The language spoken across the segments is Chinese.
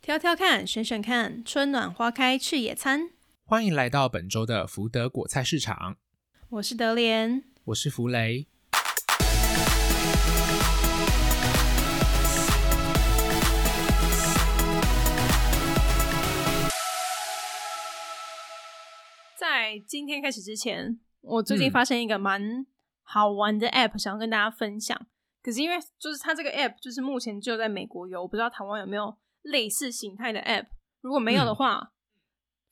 挑挑看，选选看，春暖花开去野餐。欢迎来到本周的福德果菜市场，我是德莲，我是福雷。在今天开始之前，我最近发现一个蛮好玩的 App，、想要跟大家分享。可是因为就是它这个 App，就是目前只有在美国有，我不知道台湾有没有类似形态的 App。如果没有的话，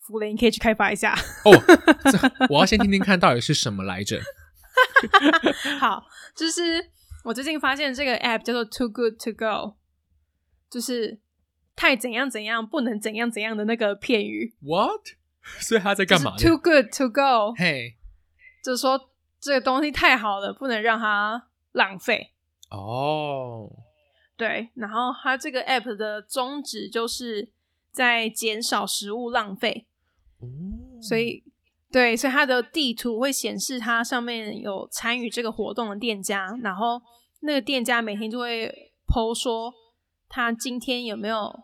福雷你可以去开发一 下。哦， 这我要先听听看到底是什么来着。好，就是我最近发现这个 app 叫做 Too Good to Go，就是太怎样怎样不能怎样怎样的那个片语。 What？所以他在干嘛呢就是？Too good to go，嘿，就是说这个东西太好了，不能让它浪费。哦，对，然后它这个 app 的宗旨就是在减少食物浪费，哦，所以对，所以它的地图会显示它上面有参与这个活动的店家，然后那个店家每天就会 PO 说他今天有没有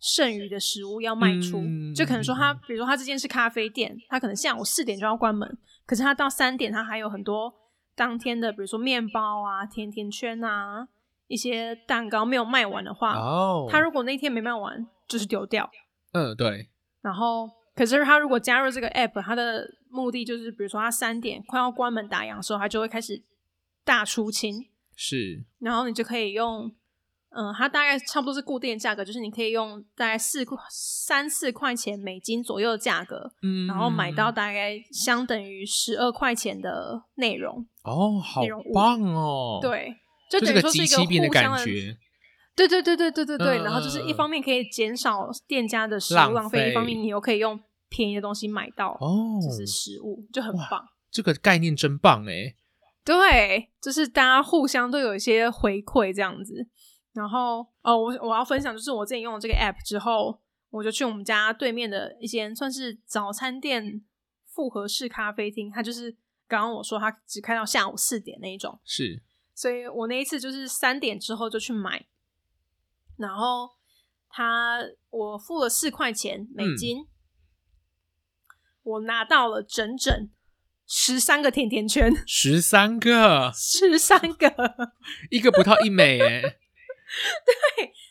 剩余的食物要卖出，嗯就可能说他，比如说他这间是咖啡店，他可能下午四点就要关门，可是他到三点他还有很多当天的，比如说面包啊、甜甜圈啊、一些蛋糕没有卖完的话，哦，啊他如果那天没卖完就是丢掉，嗯对，然后，可是他如果加入这个 app，他的目的就是，比如说他三点快要关门打烊的时候，他就会开始大出清，是然后你就可以用，嗯、它大概差不多是固定的价格，就是你可以用大概四块三四块钱美金左右的价格，嗯，然后买到大概相等于十二块钱的内容，哦，好内容物棒哦，，对，就就等这于个说是机一个器互变相的感觉，对对对对对对对，嗯然后就是一方面可以减少店家的食物浪浪费，一方面费你又可以用便宜的东西买到，哦，就是食物，就很哇棒。这个概念真棒哎，对，就是大家互相都有一些回馈这样子。然后哦，我我要分享就是我自己用了这个 app 之后，我就去我们家对面的一间算是早餐店复合式咖啡厅，它就是刚刚我说它只开到下午四点那一种，是所以我那一次就是三点之后就去买，然后他我付了四块钱嗯美金，我拿到了整整十三个甜甜圈，十三个，十三个。一个不到一美 哎，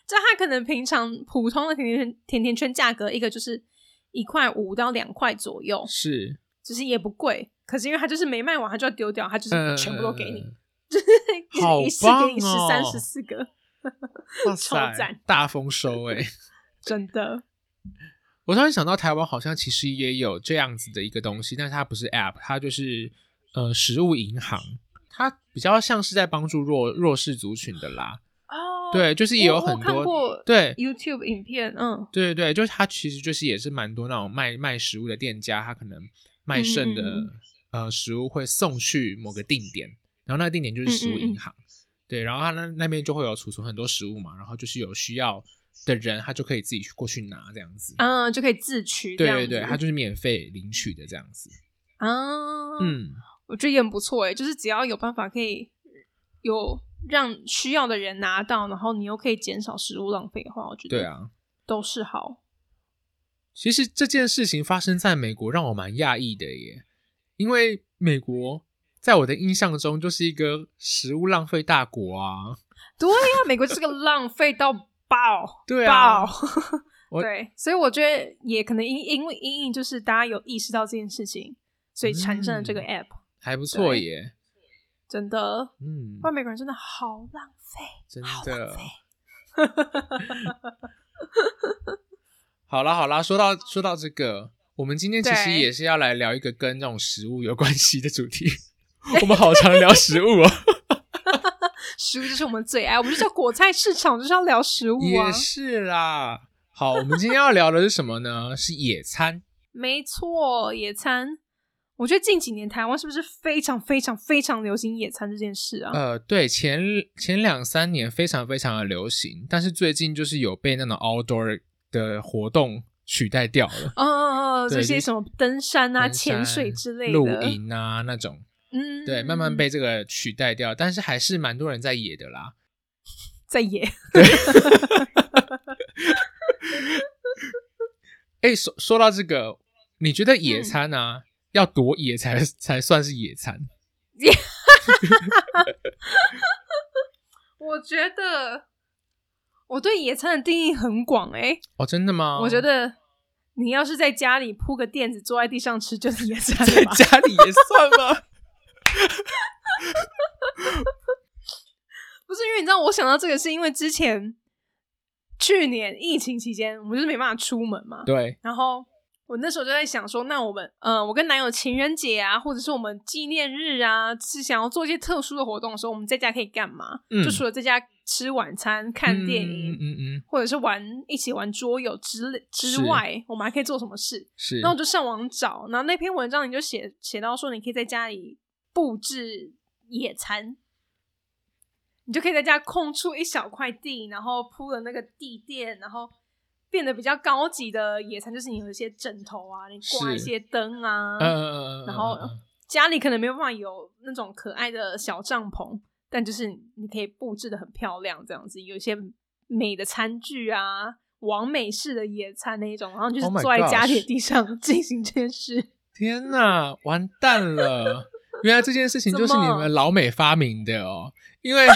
就它可能平常普通的甜甜圈甜甜圈价格一个就是一块五到两块左右，是，就是也不贵。可是因为它就是没卖完，它就要丢掉，它就是嗯，全部都给你，好一次给你棒十哦三十四个， 哇超赞塞，大丰收哎。真的。我突然想到，台湾好像其实也有这样子的一个东西，但是它不是 App，它就是呃食物银行，它比较像是在帮助弱弱势族群的啦。哦，对，就是也有我我很看多过对 YouTube 影片，嗯，对对对，就是它其实就是也是蛮多那种卖卖食物的店家，他可能卖剩的、嗯呃食物会送去某个定点，然后那个定点就是嗯食物银行，对，然后他那那边就会有储存很多食物嘛，然后就是有需要的人，他就可以自己去过去拿这样子。嗯，就可以自取这对样对子。对，它就是免费领取的这样子。啊，嗯，嗯，我觉得也很不错哎，就是只要有办法可以有让需要的人拿到，然后你又可以减少食物浪费的话，我觉得对，啊。都是好。其实这件事情发生在美国，让我蛮讶异的耶，因为美国在我的印象中就是一个食物浪费大国啊。对呀、美国就是个浪费到爆， 对啊爆。 我对，所以我觉得也可能因因为因应就是大家有意识到这件事情，所以产生了这个嗯 app，、还不错耶。真的，嗯不，然美国人真的好浪费。真哦好浪的费。好啦好啦，说到说到这个，我们今天其实对也是要来聊一个跟这种食物有关系的主 题。我们好常聊食物哦，食物就是我们最爱，我们就叫果菜市场，就是要聊食物啊也，是啦。好，我们今天要聊的是什么 呢？是野餐。没错，野餐。我觉得近几年台湾是不是非常非常非常流行野餐这件事啊？呃，对，前前两三年非常非常的流行，但是最近就是有被那种 outdoor 的活动取代 掉了，嗯嗯嗯，对这些就是什么登山啊、登山潜水之类的，露营啊那种，嗯，对，慢慢被这个取代掉，但是还是蛮多人在野的啦。在野。嗯哎、说说到这个，你觉得野餐啊，要多野才才算是野餐？我觉得我对野餐的定义很广哎、哦，真的吗？我觉得你要是在家里铺个垫子坐在地上吃，就是野餐 在了吧？家里也算 吗？不是因为你知道，我想到这个是因为之前去年疫情期间，我们就是没办法出门嘛。对，然后我那时候就在想说，那我们，嗯、我跟男友情人节啊，或者是我们纪念日啊，是想要做一些特殊的活动的时候，我们在家可以干嘛？嗯就除了在家吃晚餐、看电影，嗯嗯嗯嗯，或者是玩一起玩桌游之类之是外，我们还可以做什么事？是。那我就上网找，然后那篇文章你就写写到说，你可以在家里布置野餐，你就可以在家空出一小块地，然后铺了那个地垫，然后变得比较高级的野餐，就是你有一些枕头啊，你挂一是些灯啊，嗯嗯嗯嗯，然后嗯嗯家里可能没有办法有那种可爱的小帐篷，但就是你可以布置的很漂亮，这样子有一些美的餐具啊，完美式的野餐那一种，然后就是 Oh my 坐在家里 gosh 地上 进行这件事。天哪，完蛋了！原来这件事情就是怎你么们老美发明的哦，因为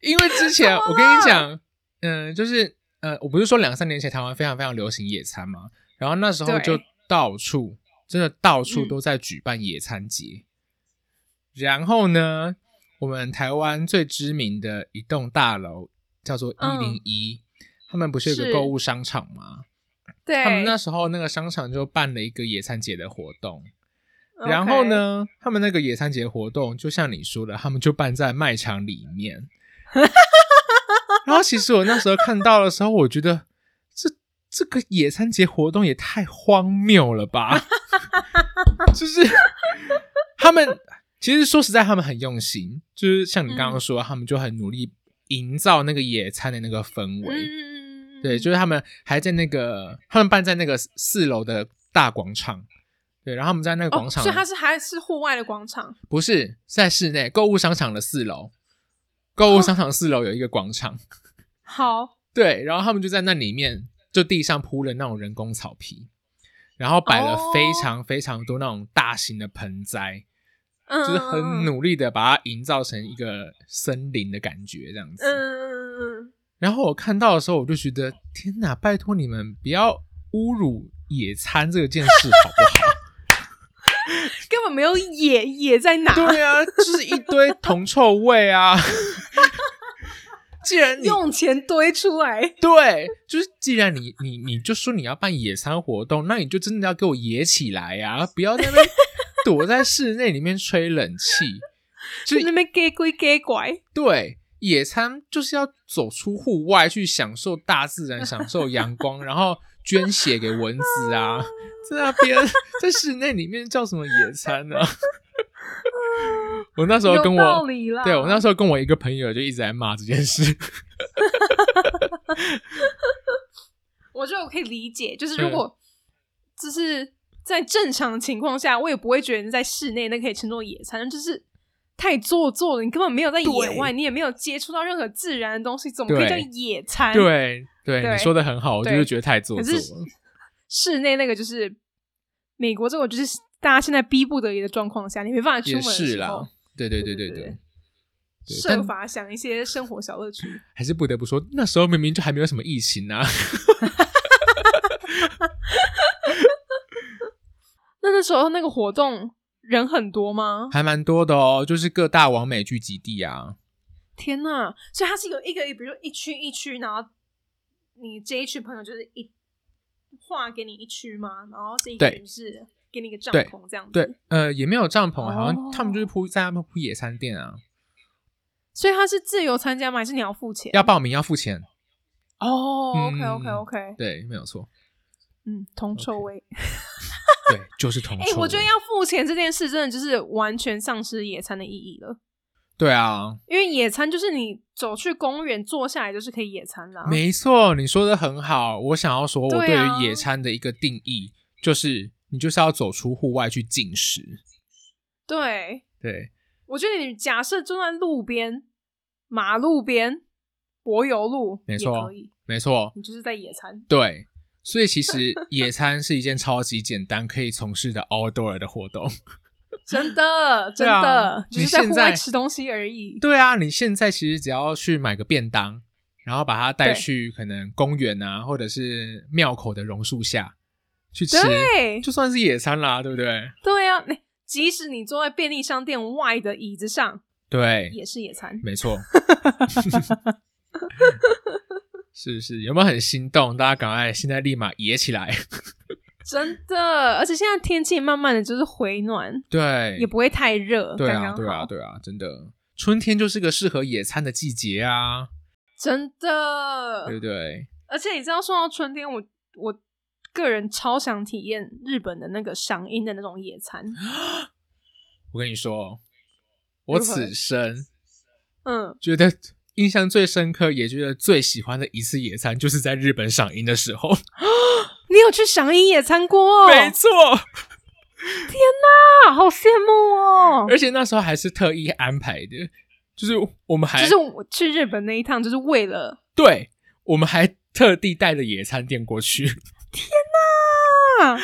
因为之前我跟你讲，嗯、就是呃，我不是说两三年前台湾非常非常流行野餐嘛，然后那时候就对到处真的到处嗯都在举办野餐节，然后呢，我们台湾最知名的一栋大楼叫做一嗯零一，他们不是有个是购物商场吗？对，他们那时候那个商场就办了一个野餐节的活动，然后？呢，他们那个野餐节活动就像你说的，他们就办在卖场里面。然后其实我那时候看到的时候，我觉得这这个野餐节活动也太荒谬 了吧！就是他们其实说实在，他们很用心，就是像你刚嗯刚说，他们就很努力营造那个野餐的那个氛围。嗯，对，就是他们还在那个，他们办在那个四四楼的大广场，对，然后他们在那个广哦，场，所以它是还是户外的广场不是是在室内购物商场的四楼，购物商场四楼有一个广场，好对，然后他们就在那里面，就地上铺了那种人工草皮，然后摆了非哦常非常多那种大型的盆栽，嗯，就是很努力的把它营造成一个森林的感觉这样子，嗯嗯嗯嗯，然后我看到的时候，我就觉得天哪，拜托你们不要侮辱野餐这件事好不根本没有野野在哪， 好？对啊，就是一堆铜臭味啊！既然你用钱堆出来。对，就是既然你你你就说你要办野餐活动，那你就真的要给我野起来呀、啊！不要在那边躲在室内里面吹冷气。就就那边 gay 归 gay 拐，对，野餐就是要走出户外去享受大自然，享受 阳光，然后捐血给蚊子啊，在那边在室内里面叫什么野餐呢、啊？ 我那时候有跟道我理啦。对我那时候跟我一个朋友就一直在骂这 件事，我觉得我可以理解，就是对如果就是在正常情况下，我也不会觉得在室内那可以称作野餐，就是太做作了。你根本没有在野外，你也没有接触到任何自然的东西，怎么可以对叫野餐？，对对，对你说的很好，我就对是觉得太做可作是了，室内那个就是美国这种，就是大家现在逼不得已的状况下，你没办法出也门的是时啦候，，对对对对对对对对。对设但法想一些生活小乐趣。还是不得不说，那时候明明就还没有什么疫情啊。那那时候那个活动人很多吗？还蛮多的哦，就是各大网美聚集地啊。天呐！所以它是有一个，比如说一区一区，然后你这一区朋友就是一划给你一区嘛，然后这一对群是给你一个帐对篷这样子。对，，呃，也没有帐篷，好像哦他们就是铺在他们铺野餐垫啊，所以它是自由参加吗？还是你要付钱？要报名要付钱。哦嗯，OK OK OK，对，没有错，嗯，铜臭味。对，就是同 哎、臭味。我觉得要付钱这件事真的就是完全丧失野餐的意义了，对啊，因为野餐就是你走去公园坐下来就是可以野餐啦。没错，你说的很好。我想要说，我对啊对啊于野餐的一个定义就是，你就是要走出户外去进食。对，对，我觉得你假设就算路边、马路边、柏油路没也错可以。没错，你就是在野 餐。对。所以 其实野餐是一件超级简单可以从事的 outdoor 的活动。真的，真对啊的，只你是在现户外在吃东西而已。对啊，你现在其实只要去买个便当，然后把它对带去可能公园啊，或者是庙口的榕树下去吃，对，就算是野餐啦，对不对？对啊，你即使你坐在便利商店外的椅子上，对，也是野餐。没错。 是不是有没有很心动？大家赶快现在立马野起来！ 真的，而且现在天气慢慢的就是回暖，对，也不会太热，对刚刚啊，好对啊，对啊，真的，春天就是个适合野餐的季节啊，真的对。不对？而且你知道，说到春天，我我个人超想体验日本的那个赏樱的那种野餐。我跟你说，我如何此生嗯，觉得印象最深刻，也觉得最喜欢的一次野餐，就是在日本赏樱的时候。哦你有去赏樱野餐过、哦？没错，啊，好羡慕哦！而且那时候还是特意安排的，就是我们还、就是我去日本那一趟，就是为了对，我们还特地带了野餐垫过去。啊，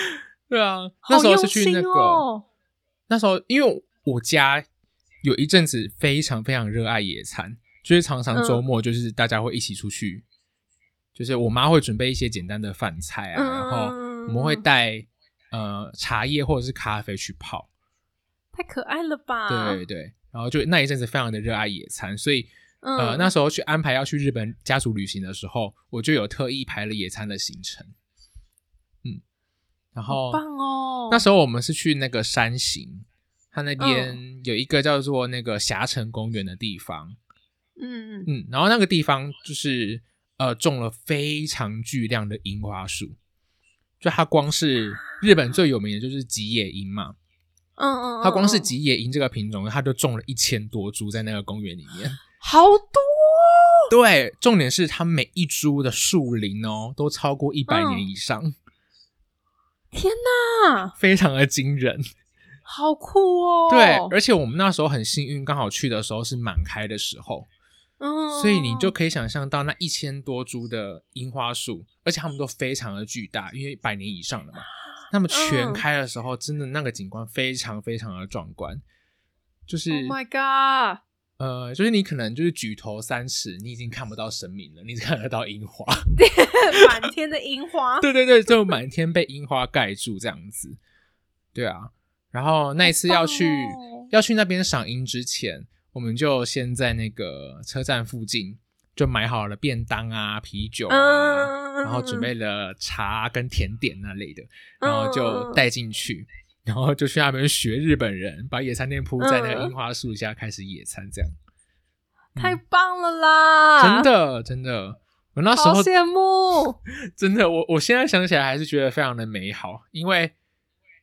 对啊，那好时候是用去心那个，哦。那时候因为我家有一阵子非常非常热爱野餐，就是常常周末就是大家会一起出去，就是我妈会准备一些简单的饭菜啊，嗯然后我们会带呃茶叶或者是咖啡去泡，太可爱了吧？对对对，然后就那一阵子非常的热爱野餐，所以嗯，呃那时候去安排要去日本家族旅行的时候，我就有特意排了野餐的行程，嗯，然后好棒哦。那时候我们是去那个山形，它嗯那边有一个叫做那个霞城公园的地方，嗯，嗯嗯，然后那个地方就是呃种了非常巨量的樱花树，就它光是日本最有名的就是吉野樱嘛，嗯嗯，它光是嗯吉野樱这个品种，它就种了一千多株在那个公园里面。好多对，重点是它每一株的树龄哦都超过一百嗯年以上， 啊，非常的惊人。好酷哦！对，而且我们那时候很幸运，刚好去的时候是满开的时候。嗯，所以你就可以想象到那一千多株的樱花树，而且它们都非常的巨大，因为百年以上了嘛。那么全嗯开的时候，真的那个景观非常非常的壮观，就是 Oh my God， 呃，就是你可能就是举头三尺，你已经看不到神明了，你只看得到樱花。满天的樱花， 对对对，就满天被樱花盖住这样子。对啊，然后那一次要去、好棒哦要去那边赏樱之前，我们就先在那个车站附近就买好了便当啊、啤酒啊，嗯，然后准备了茶啊跟甜点那类的，然后嗯就带嗯进去。然后就去那边学日本人，把野餐垫铺在嗯那个樱花树下，开始野餐，这样、太棒了啦！真，的真的，我那时好候羡 慕。真的，我我现在想起来还是觉得非常的美好，因为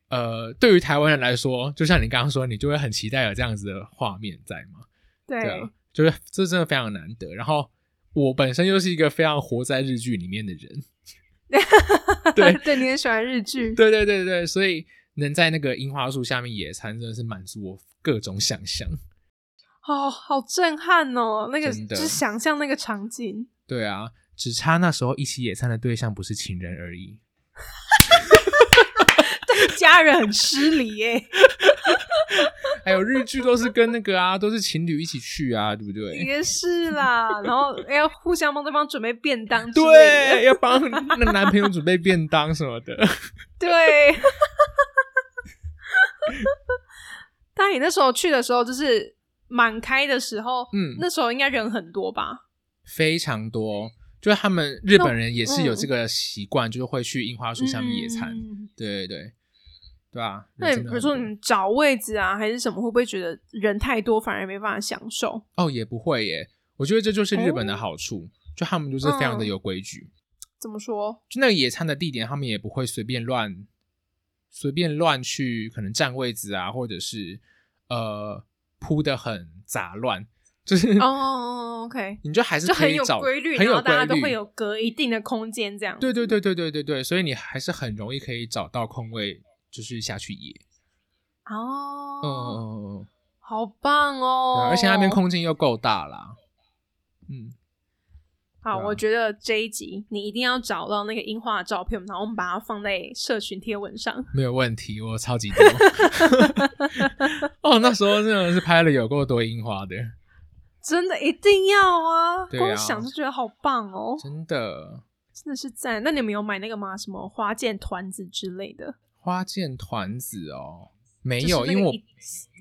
呃，对于台湾人来说，就像你刚刚说，你就会很期待有这样子的画面在嘛，对对啊，，就是这真的非常难得。然后我本身又是一个非常活在日剧里面的人，对 对，你很喜欢日剧，对对对对，所以能在那个樱花树下面野餐，真的是满足我各种想象。哦，好震撼哦！那个真的就是想象那个场景，对啊，只差那时候一起野餐的对象不是情人而已。对家人很失礼耶。还有日剧都是跟那个啊，都是情侣一起去啊，对 不对？也是啦，然后要互相帮对方准备便当之类的，对，要帮那男朋友准备便当什么的。 对。 但你那时候去的时候，就是满开的时候，嗯那时候应该人很多吧？非常多，就是他们日本人也是有这个习惯，就是会去樱花树下面野餐。嗯对对对，对啊。那你真比的如很说多你找位置啊，还是什么，会不会觉得人太多反而没办法享受？哦，也不会耶。我觉得这就是日本的好处，就他们就是非哦常的有规矩。怎么说？就那个野餐的地点，他们也不会随便乱随便乱去，可能占位置啊，或者是呃铺的很杂乱，就是哦、o k 你就还是就可很以有找规律，然很有后大家规都律会有隔一定的空间，这样。对对对对对对对，所以你还是很容易可以找到空位，就是下去野。哦嗯，嗯嗯嗯嗯，好棒对啊哦啊！而且那边空间又够大啦。嗯，好，对啊我觉得这一集你一定要找到那个樱花的照片，然后我们把它放在社群贴文上。没有问题，我 超级多。哦，那时候真的是拍了有够多樱花的，真的一定要啊！对啊光想就觉得好棒哦，真的。真的是赞。那你们有买那个吗？什么花剑团子之类的？花见团子哦，没就是有，那个因为我一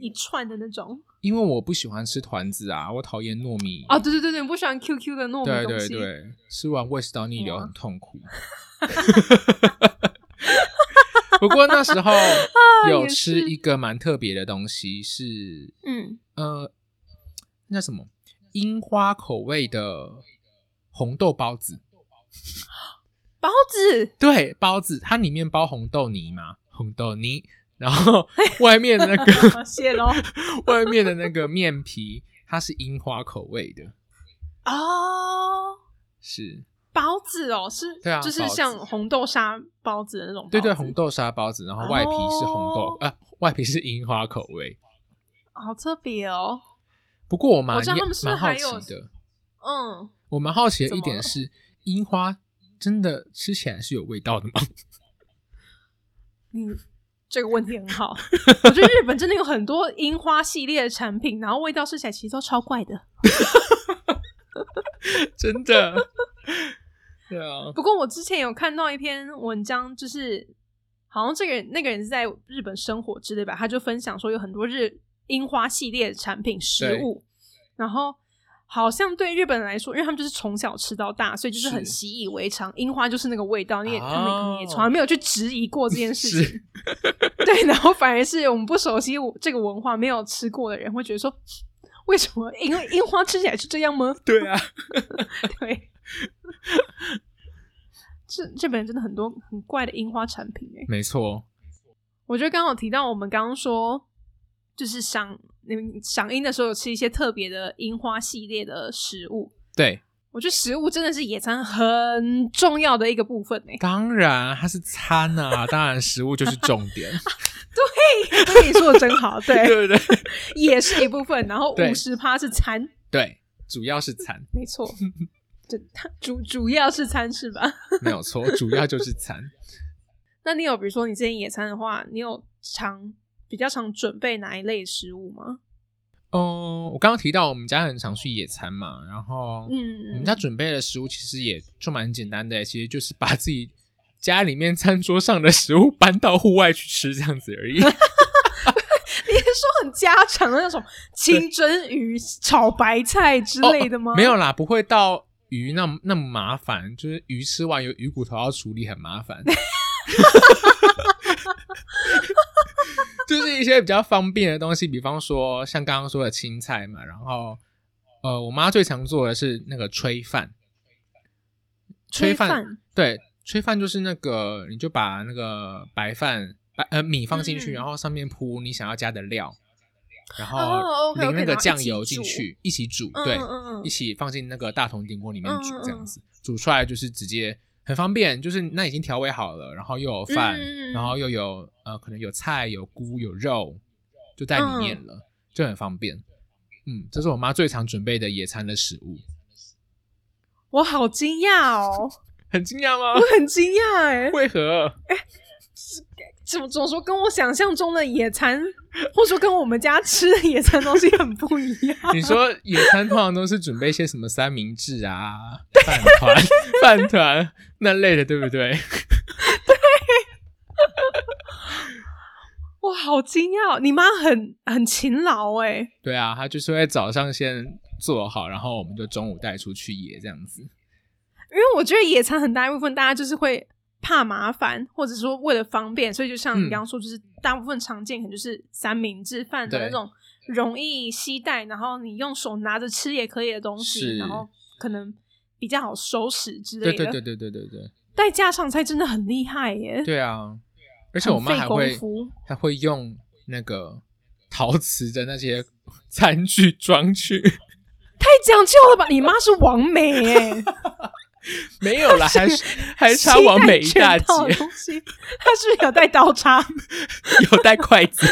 一串的那种。因为我不喜欢吃团子啊，我讨厌糯米。哦，对对对对，你不喜欢 QQ 的糯米对东对西。对，吃完胃食道逆流哇很 痛苦。不过那时候有啊也吃是一个蛮特别的东西，是嗯，呃，那叫什么樱花口味的红豆包子。包子 对，包子它里面包红豆泥嘛，红豆泥，然后外面那 个啊，谢喽。外面的那个面皮，它是樱花口味的，哦，是包子哦，是，对啊就是包子像红豆沙包子的那种。对对，红，豆沙包子，然后外皮是红豆哦，呃，外皮是樱花口味。好特别哦。不过我蛮我知道他们是不是蛮好还奇有的，嗯，我蛮好奇的怎一么点了是，樱花真的吃起来是有 味道的吗？你这个问题很好。我觉得日本真的有很多樱花系列的产品，然后味道吃起来其实都超怪的。真的，对啊，不过我之前有看到一篇文章，就是好像这个人那个人是在日本生活之类吧，他就分享说有很多日樱花系列的产品食物，然后好像对日本人来说，因为他们就是从小吃到大，所以就是很是习以为常，樱花就是那个味道，你也、哦他们可能也从来没有去质疑过这件事情。是对，然后反而是我们不熟悉这个文化、没有吃过的人会觉得说， 为什么因为樱花吃起来是这样吗？对啊，对，这这本真的很多很怪的樱花产品哎、没错，我觉得刚好提到我们刚刚说，就是赏你们赏樱的时候有吃一些特别的樱花系列的食物。对，我觉得食物真的是野餐很重要的一个部分哎、当然它是餐啊，当然食物就是重点，对，你说的真好， 对，对不对？ 也是一部分。然后对五十趴是餐，对，主要是餐，没错，这它主主要是餐是吧？没有错，主要就是餐。那你有比如说你之前野餐的话，你有常比较常准备哪一类食物吗？哦，我刚刚提到我们家很常去野餐嘛，然后我嗯们家准备的食物其实也就蛮简单的，欸其实就是把自己家里面餐桌上的食物搬到户外去吃这样子而已。你是说很家常的那种清蒸鱼、炒白菜之类的吗？ 哦没有，啦，不会到鱼那么那么麻烦，就是鱼吃完有鱼骨头要处理，很麻烦。 就是一些比较方便的东西，比方说像刚刚说的青菜嘛，然后呃，我妈最常做的是那个炊饭，炊饭饭对，炊饭就是那个你就把那个白饭白呃米放进嗯去，嗯然后上面铺你想要加的料，然哦后，OK，OK，淋那然后一个酱起油进煮去一起煮，嗯对，嗯嗯一起放进那个大铜电锅里面煮嗯嗯，这样子、煮出来就是直接很方便，就是那已经调味好了，然后又有饭，嗯嗯嗯然后又有呃可能有菜、有菇、有肉，就在里面嗯了，就很方便。嗯，这是我妈最常准备的野餐的食物，我好惊讶哦，很惊讶吗？ 我很惊讶哎，为何？怎么怎么说跟我想象中的野餐，或者说跟我们家吃的野餐东西很不一 样？你说野餐通常都是准备一些什么三明治 啊、饭团、 饭团那类的，对不对？ 我好惊讶哦，你妈很很勤劳哎，对啊，她就是会早上先做好，然后我们就中午带出去野这样子。因为我觉得野餐很大一部分大家就是会怕麻烦，或者说为了方便，所以就像你嗯刚刚说，就是大部分常见可能就是三明治饭的对那种容易携带，然后你用手拿着吃也可以的东是西，然后可能比较好收拾之类的。对对对对对对对代驾上菜真的很厉害耶，对啊！而而且我妈还会功夫还会用那个陶瓷的那些餐具装去， 太讲究了吧？你妈是王美耶，没有啦，还是 还差完美一大 携带全套的截，东西，她是不是有带刀叉？有带筷子。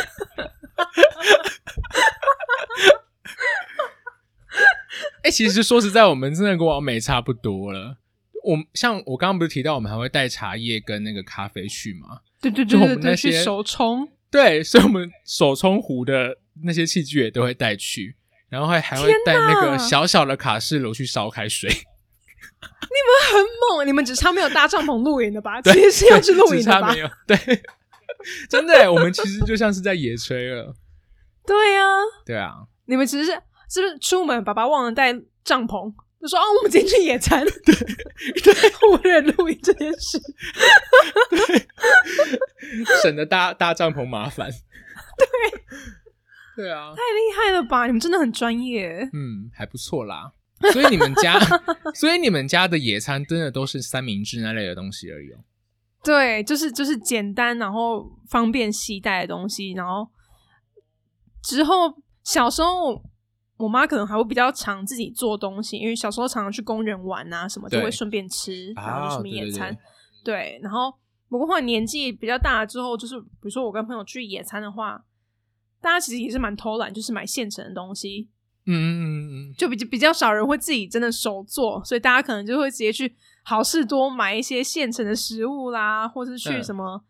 哎、其实说实在，我们真的跟王美差不多了。我像我刚刚不是提到，我们还会带茶叶跟那个咖啡去吗？对对 就对我对们那对，些去手冲，对，所以我们手冲壶的那些器具也都会带去，然后还还会天带那个哪小小的卡式炉去烧开水。很猛！你们只差没有搭帐篷露营的吧？其对实是 要去露只营差的吧没？有，对， 真的耶，我们其实就像是在野炊了。对啊，对啊，你们其实是是不是出门爸爸忘了带帐篷？就说哦，我们今天去野 餐，对， 为了露营这件事，省得搭搭帐篷麻烦。对，对啊，太厉害了吧！你们真的很专业。嗯，还不错啦。所以你们家，所以你们家的野餐真的都是三明治那类的东西而已、哦。对，就是就是简单，然后方便携带的东西，然后之后小时候我妈可能还会比较常自己做东西，因为小时候常常去公园玩啊什么，就对会顺便吃，然后就啊什么对野对对餐，对，然后不过后来年纪比较大之后，就是比如说我跟朋友去野餐的话，大家其实也是蛮偷懒，就是买现成的东西，嗯嗯嗯嗯，就比比较少人会自己真的手做，所以大家可能就会直接去好事多买一些现成的食物啦，或是去嗯什么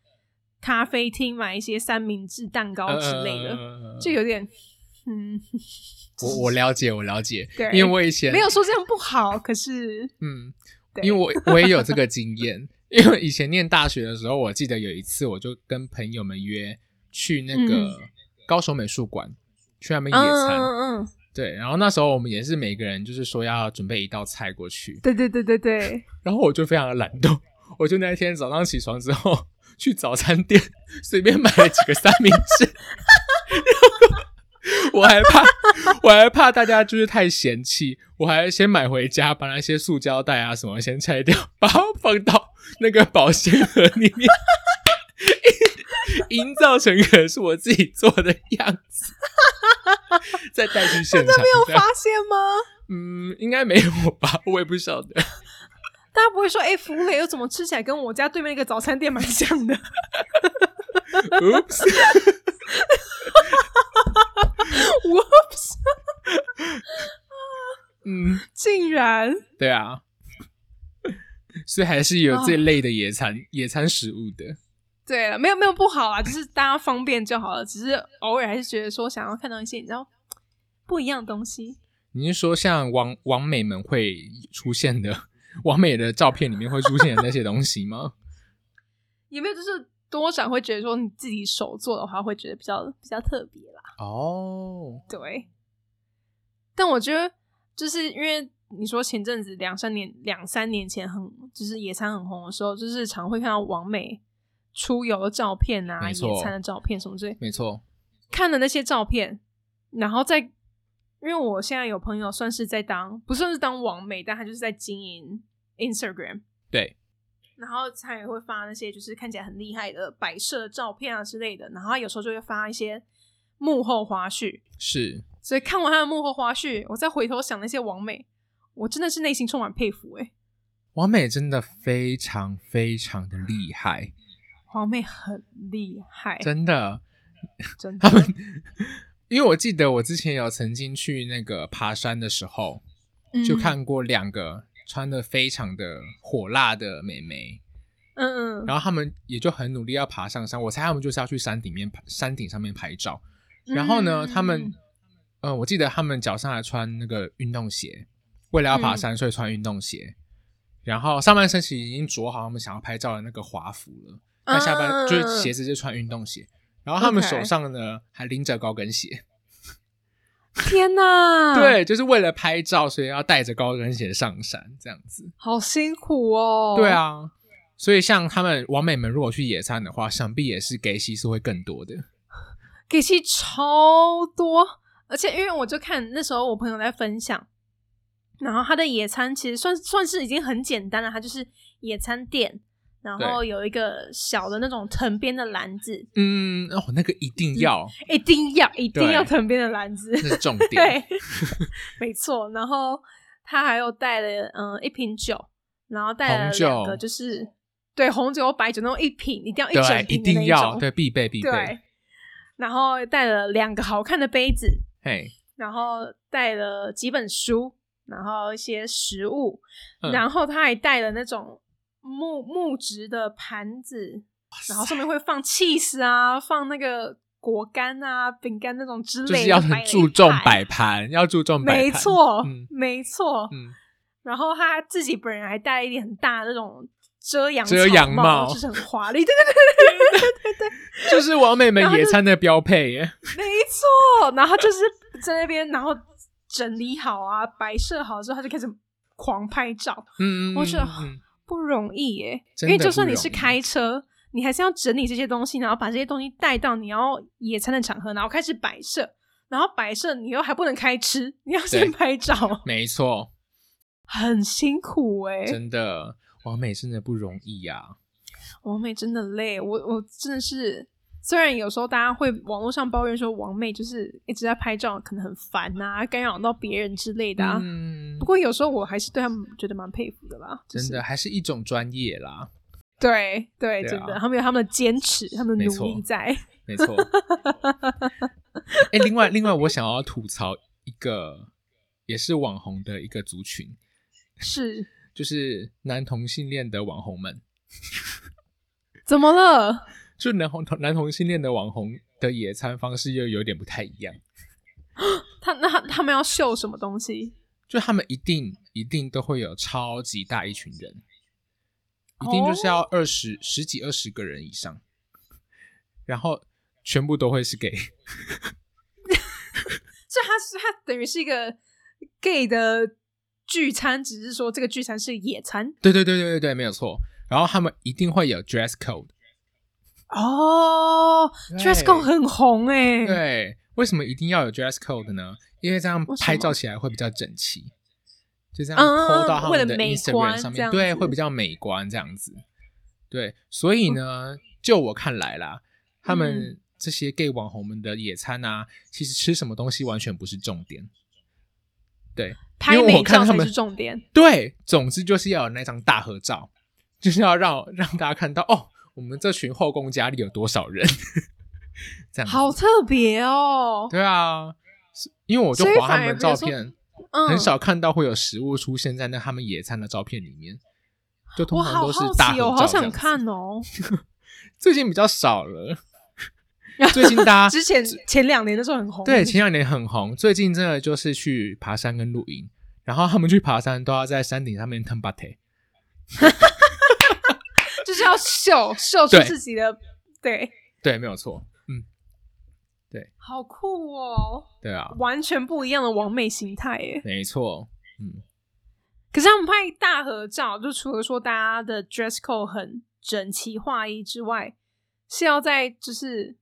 咖啡厅买一些三明治、蛋嗯糕之类的，的就有点 嗯，我我了解，我了解，对因为我以前没有说这样不好，可是嗯，对因为我我也有这个经验，因为以前念大学的时候，我记得有一次我就跟朋友们约去那个高雄美术馆、去他们 野嗯餐、嗯嗯，对，然后那时候我们也是每个人就是说要准备一道菜过去，对对对对对，然后我就非常的懒惰，我就那一天早上起床之后去早餐店随便买了几个三明治，然后我 还怕我还怕大家就是太嫌弃，我还先买回家把那些塑胶袋啊什么先拆掉，把它放到那个保鲜盒里面。 营造成可能是我自己做的样子， 再带去 现场。有这发样现吗？嗯，应该没有吧，我也不晓得。大家不会说，哎、福雷又怎么吃起来跟我家对面那个早餐店蛮像的？ Oops。我 嗯，竟然对啊，所以还是有这类的野餐、野餐食物的。对了，没有没有不好啊，就是大家方便就好了。只是偶尔还是觉得说想要看到一些你知道不一样的东西。你是说像王王美们会出现的，王美的照片里面会出现的那些东西吗？ 有没有就是多少会觉得说你自己手做的话，会觉得比较比较特别啦。哦，对，但我觉得就是因为你说前阵子两三年两三年前很就是野餐很红的时候，就是常会看到王美出游的照片啊，没错野餐的照片什么之类的。没错，看了那些照片，然后再，因为我现在有朋友算是在当，不算是当网美，但他就是在经营 Instagram，对，然后他也会发那些就是看起来很厉害的摆设照片啊之类的，然后他有时候就会发一些幕后花絮，是所以看完他的幕后花絮，我再回头想那些网美，我真的是内心充满佩服诶、欸王美真的非常非常的厉害，王美很厉害，真的。真的他，们，因为我记得我之前有曾经去那个爬山的时候，就嗯，看过两个穿的非常的火辣的美眉，嗯嗯，然后他们也就很努力要爬上山，我猜他们就是要去山顶面山顶上面拍照。然后呢，嗯他们，呃，我记得他们脚上还穿那个运动鞋，为了要嗯爬山，所以穿运动鞋。然后上半身其实已经着好他们想要拍照的那个华服了，但下半、嗯就是鞋，子就穿运动鞋。然后他们 OK 手上呢还拎着高跟鞋，嗯天哪，，对，就是为了拍照，所以要带着高跟鞋上山这样子。好辛苦哦，对。啊，所以像他们王美们如果去野餐的话，想必也是给息是会更多的。给其超多，而且因为我就看那时候我朋友在分享，然后他的野餐其实算算是已经很简单了，他就是野餐垫，然后有一个小的那种藤编的篮子，嗯，哦，那个一定要，一定要一定对要藤编的篮子，那 是重点。对，没错。然后他还有带了嗯一瓶酒，然后带了红酒两个就是对红酒、白酒那种一瓶，一定要一对，啊整瓶的一那定一要，种，对，必备必备对。。然后带了两个好看的杯子，嘿，然后带了几本书，然后一些食物，嗯然后他还带了那种木木质的盘子，然后上面会放 cheese 啊，放那个果干啊、饼干那种之类就的，是要很注重摆盘，要 注重摆盘。没错，嗯没错。嗯，然后他自己本人还戴了一顶很大的那种遮阳遮草阳帽，帽就是很华丽。对对就是王 美们然后野就餐的标配耶。对，没错。然后就是在那边，然后整理好啊，摆设好之后，他就开始狂拍照，嗯，嗯我觉得嗯嗯不容易耶。真因的为就算你不容是易开车，你还是要整理这些东西，然后把这些东西带到你要野餐的场合，然后开始摆设。然后摆设，你又还不能开吃，你要先对拍照，没错，很辛苦哎、真的，王美真的不容易啊呀、王妹真的累，我我真的是，虽然有时候大家会网络上抱怨说王妹就是一直在拍照，可能很烦呐、干扰到别人之类的、啊。嗯不，过有时候我还是对他们觉得蛮佩服的啦，就真是的还是一种专业啦， 对对，对啊真的，他们有他们的坚持，他们的没努错力 在。没错。哎、另外，另外，我想要吐槽一个也是网红的一个族群，是就是男同性恋的网红们，怎么了？就男同男同性恋的网红的野餐方式又有点不太一样，他那他他们要秀什么东西？就他们一定一定都会有超级大一群人，一定就是哦要二十、十几二十个人以上，然后全部都会是 gay。所以他是他等于是一个 gay 的聚餐，只是说这个聚餐是野餐对对对对对对，没有错。然后他们一定会有 dress code。哦。dress code 很红哎、对，为什么一定要有 dress code 呢？因为这样为什么拍照起来会比较整齐，就这样嗯 PO 到他为了们的美观 Instagram 上这样面，子对，会比较美观这样子。对，所以嗯呢，就我看来啦，他们这些 gay 网红们的野餐啊，其实吃什么东西完全不是重点。对拍因为美我看照他才们是重点。 对，总之就是要有那张大合照，就是要让让大家看到哦，我们这群后宫佳丽有多少人， 这样子好特别哦， 对啊，是因为我就所以划他反而们比的如照说片，嗯，很少看到会有食物出现在那他们野餐的照片里面，就通我常好都是好大奇合照哦，好这想样子。看哦。最近比较少 了，最近大家之前前两年的时候很红，啊对前两年很红，最近真的就是去爬山跟露营，然后他们去爬山都要在山顶上面腾巴腿，就是要秀秀出对自己的，对，对，没有错，嗯，好酷哦，对啊，完全不一样的完美形态耶。没错，嗯，可是他们拍大合照，就除了说大家的 dress code 很整齐划一之外，是要在就是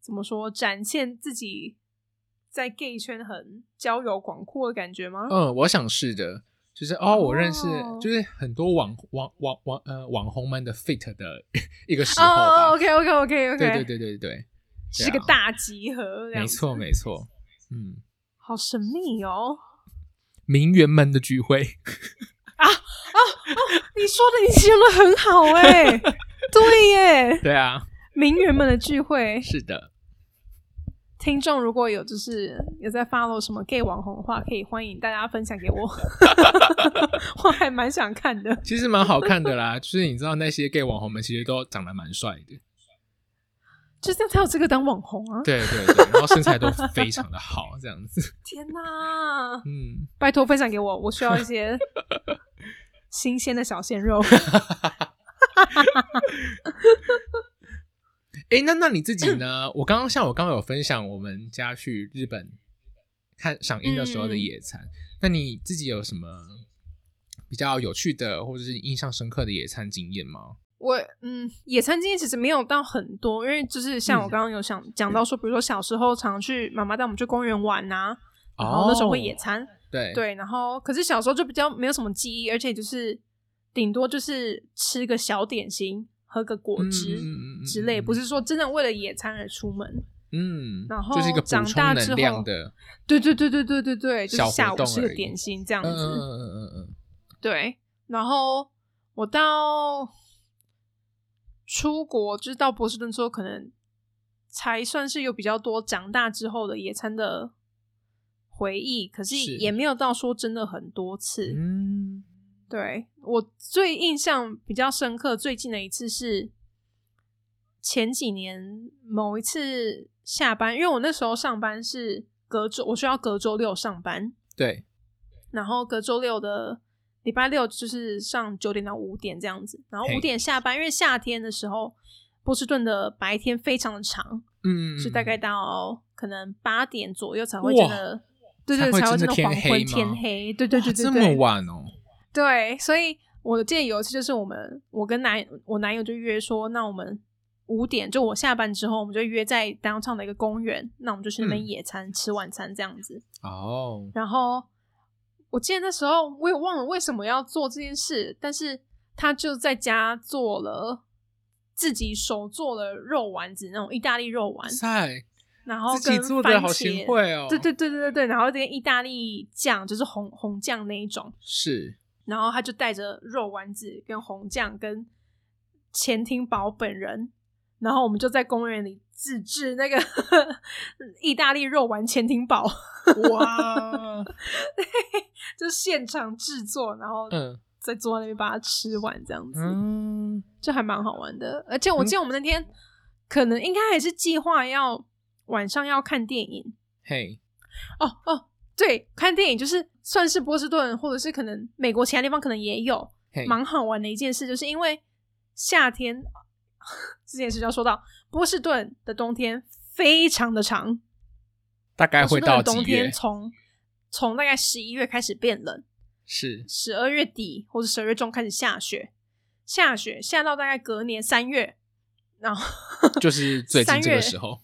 怎么说展现自己在 gay 圈很交友广阔的感觉吗？嗯，我想是的，就是哦，我认识，哦就是很多网网网网呃网红们的 fit 的 一个时候吧。哦、o k OK OK OK，对对对对对，是个对啊大集合，这样没子错没错，嗯，好神秘哦！名媛们的聚会， 你说的你形容的很 好哎、对耶，对啊，名媛们的聚会，是的，听众如果有就是有在 follow 什么 gay 网红的话，可以欢迎大家分享给 我，我还蛮想看的。其实蛮好看的啦，就是你知道那些 gay 网红们其实都长得蛮帅的，就这样才有这个当网红啊！对对对，然后身材都非常的好，这样子，天哪，嗯，拜托分享给我，我需要一 些新鲜的小鲜肉。诶，那那你自己呢？我刚刚像我刚刚有分享，我们家去日本看赏樱的时嗯候的野餐，那你自己有什么比较有趣的或者是印象深刻的野餐经验吗？我嗯，野餐经验其实没有到很多，因为就是像我嗯刚刚有想讲到说，比如说小时候常去妈妈带我们去公园玩呐、然后那时候会野哦，餐，对对，然后可是小时候就比较没有什么记忆，而且就是顶多就是吃个小点心，喝个果汁。嗯之类，不是，是说真的为了野餐而出门，嗯，然后就是一个补长充大之能量后的，对对对对对对对，就小是活下午动吃个而已点心这样嗯子，嗯嗯嗯嗯对，然后我到出国，就是到波士顿之后，可能才算是有比较多长大之后的野餐的回忆，可是是也没有到说真的很多次。嗯，对我最印象比较深刻，最近的一次是前几年某一次下班，因为我那时候上班是隔周，我需要隔周六上班，对，然后隔周六的礼拜六就是上九点到五点这样子，然后嘿五点下班，因为夏天的时候波士顿的白天非常的长，嗯，是大概到可能八点左右才会哇真的。对对，才会才会真的黄天黑昏吗天黑，对对哇对对这对，么晚哦，对，所以我记得有一次就是我们，我跟男我男友就约说，那我们五点就我下班之后，我们就约在 downtown 的一个公园，那我们就去那边嗯野餐、吃晚餐这样子。哦，然后我记得那时候我也忘了为什么要做这件事，但是他就在家做了自己手做的肉丸子，那种意大利肉丸，塞，然后啊自己跟做番的好茄贤。惠哦，对对对对对对，然后这个意大利酱就是红红酱那一种，是，然后他就带着肉丸子、跟红酱、跟前厅宝本人，然后我们就在公园里自制那个 意大利肉丸前厅宝，哇，就现场制作，然后嗯在坐在那边把它吃完，这样子、嗯，就还蛮好玩的。而且我记得我们那天、可能应该还是计划要晚上要看电影嘿，哦哦，对，看电影就是算是波士顿或者是可能美国其他地方可能也有，嘿，蛮好玩的一件事，就是因为夏天 这件事就要说到波士顿的冬天非常的长，大概波士会顿的到冬几天月？从从大概十一月开始变冷，是，十二月底或者十二月中开始下雪，下雪下到大概隔年三月，然后就是最近三这个月时候，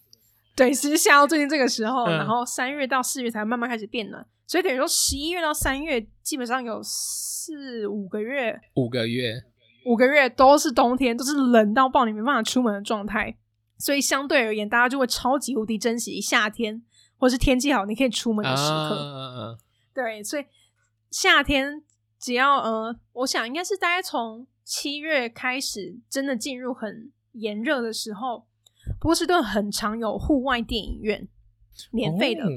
对，其实下到最近这个时候，嗯然后三月到四月才慢慢开始变暖，所以等于说十一月到三月基本上有四五个月五个月，五个月都是冬天，都是冷到爆，你没办法出门的状态。所以相对而言，大家就会超级无敌珍惜夏天，或是天气好你可以出门的时刻。啊，对，所以夏天只要呃，我想应该是大概从七月开始，真的进入很炎热的时候，波士顿很常有户外电影院，免费的。哦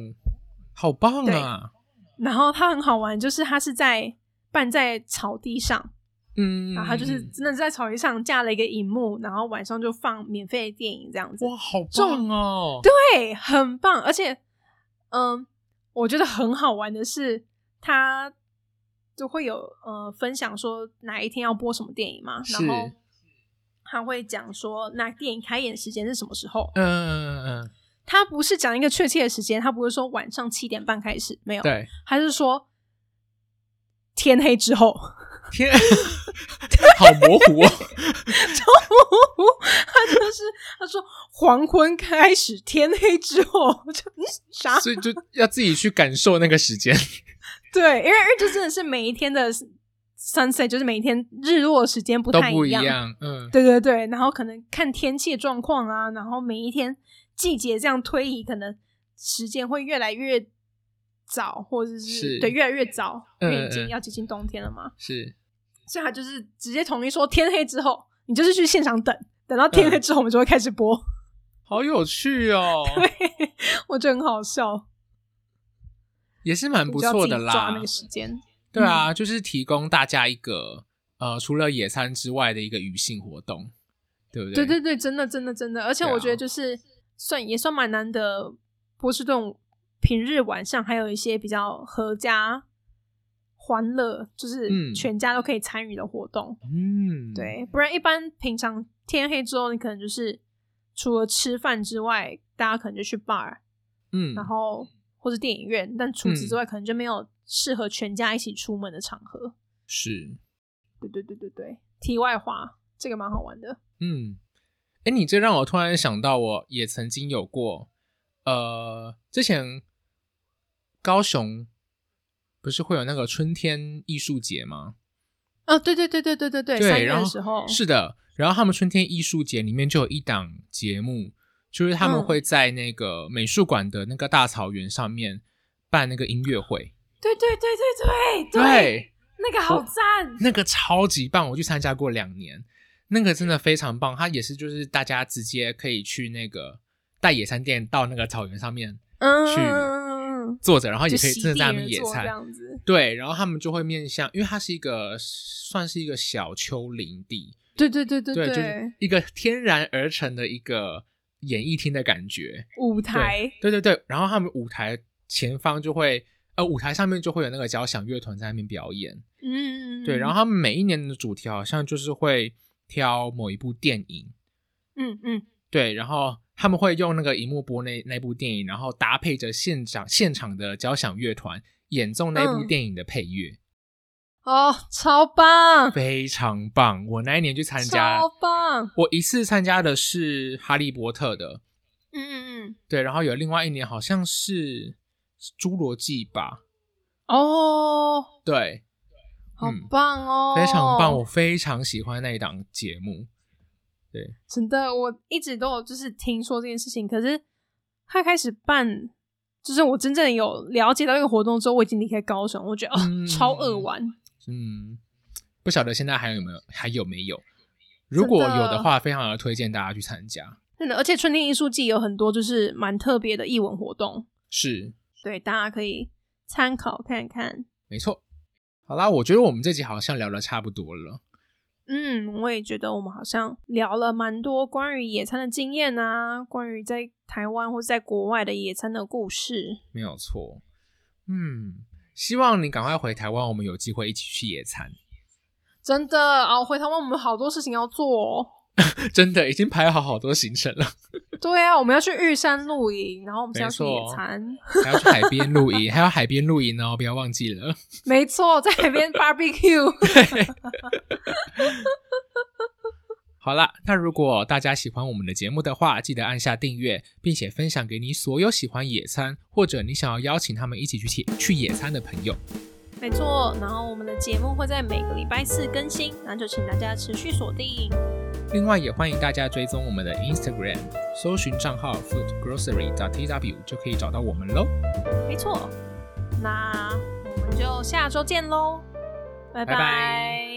好棒啊！然后它很好玩，就是它是在办在草地上，嗯，然后他就是真的在草原上架了一个荧幕，然后晚上就放免费的电影这样子，哇，好棒哦！对，很棒。而且，嗯，我觉得很好玩的是，他就会有呃分享说哪一天要播什么电影嘛，然后是他会讲说那电影开演时间是什么时候。嗯嗯嗯，嗯他不是讲一个确切的时间，他不是说晚上七点半开始，没有，对，他是说天黑之后。天， 好模 糊哦。他就是他说黄昏开始，天黑之后，我就嗯 啥？所以就要自己去感受那个时间。对，因为因为这真的是每一天的 sunset，就是每一天日落时间不都太不一样。样，嗯，对对对，然后可能看天气的状况啊，然后每一天季节这样推移，可能时间会越来越早，或者是是对越来越早，因为已嗯嗯经要接近冬天了嘛。是所以他就是直接统一说，天黑之后，你就是去现场等，等到嗯天黑之后，我们就会开始播。 好有趣哦，我觉得很好笑。也是蛮你不就要错自己的抓啦那个。时嗯间，对啊，就是提供大家一个呃，除了野餐之外的一个娱性活动，对不对？对对对，真的真的真的，而且对啊我觉得就是、算也算蛮难得，波士顿平日晚上还有一些比较合家欢乐，就是嗯全家都可以参与的活动。嗯，对，不然一般平常天黑之后，你可能就是除了吃饭之外，大家可能就去 bar，嗯然，后或者电影院，但除此之嗯外，可能就没有适合全家一起出门的场合。是，对对对对对，题外话，这个蛮好玩的。嗯，哎，你这让我突然想到，我也曾经有过，呃，之前高雄不是会有那个春天艺术节吗？哦，对对对对对对对，对三月然的后时候是的，然后他们春天艺术节里面就有一档节目，就是他们嗯会在那个美术馆的那个大草原上面办那个音乐会，对对对对对，那个好赞，那个超级棒，我去参加过两年，那个真的非常棒。它也是就是大家直接可以去那个带野餐垫到那个草原上面，嗯嗯去嗯嗯嗯，坐着，然后也就可以席真的地在那而边野坐这餐。样子，对，然后他们就会面向，因为它是一个算是一个小丘陵地，对对对对就是一个天然而成的一个演艺厅的感觉。舞对台，对对对，然后他们舞台前方就会，呃，舞台上面就会有那个交响乐团在那边表演。嗯，对，然后他们每一年的主题好像就是会挑某一部电影，嗯嗯，对，然后他们会用那个荧幕播那那部电影，然后搭配着现场现场的交响乐团演奏那部嗯电影的配乐，哦，超棒，非常棒。我那一年去参加，超棒，我一次参加的是《哈利波特》的，嗯嗯嗯，对，然后有另外一年好像是《侏罗纪》吧，哦，对，好嗯棒哦，非常棒，我非常喜欢那一档节目。真的，我一直都有就是听说这件事情，可是他开始办，就是我真正有了解到这个活动之后，我已经离开高雄，我觉得、嗯哦、超恶玩，嗯，不晓得现在还有没有，还有没有？如果有的话，非常的推荐大家去参加。真的。而且春天艺术季有很多就是蛮特别的艺文活动，是，对，大家可以参考看看。没错。好啦，我觉得我们这集好像聊的差不多了。嗯，我也觉得我们好像聊了蛮多关于野餐的经验啊，关于在台湾或是在国外的野餐的故事。没有错。嗯，希望你赶快回台湾，我们有机会一起去野餐。真的啊，我回台湾我们好多事情要做哦。真的已经排好好多行程了，对啊，我们要去玉山露营，然后我们是要去没错野餐，还要去海边露营，还要海边露营哦，不要忘记了。没错，在海边 barbecue。 好啦，那如果大家喜欢我们的节目的话，记得按下订阅，并且分享给你所有喜欢野餐或者你想要邀请他们一起去野去野餐的朋友。没错，然后我们的节目会在每个礼拜四更新，那就请大家持续锁定。另外，也欢迎大家追踪我们的 Instagram，搜寻账号 food grocery t w 就可以找到我们喽。没错，那我们就下周见喽，拜拜拜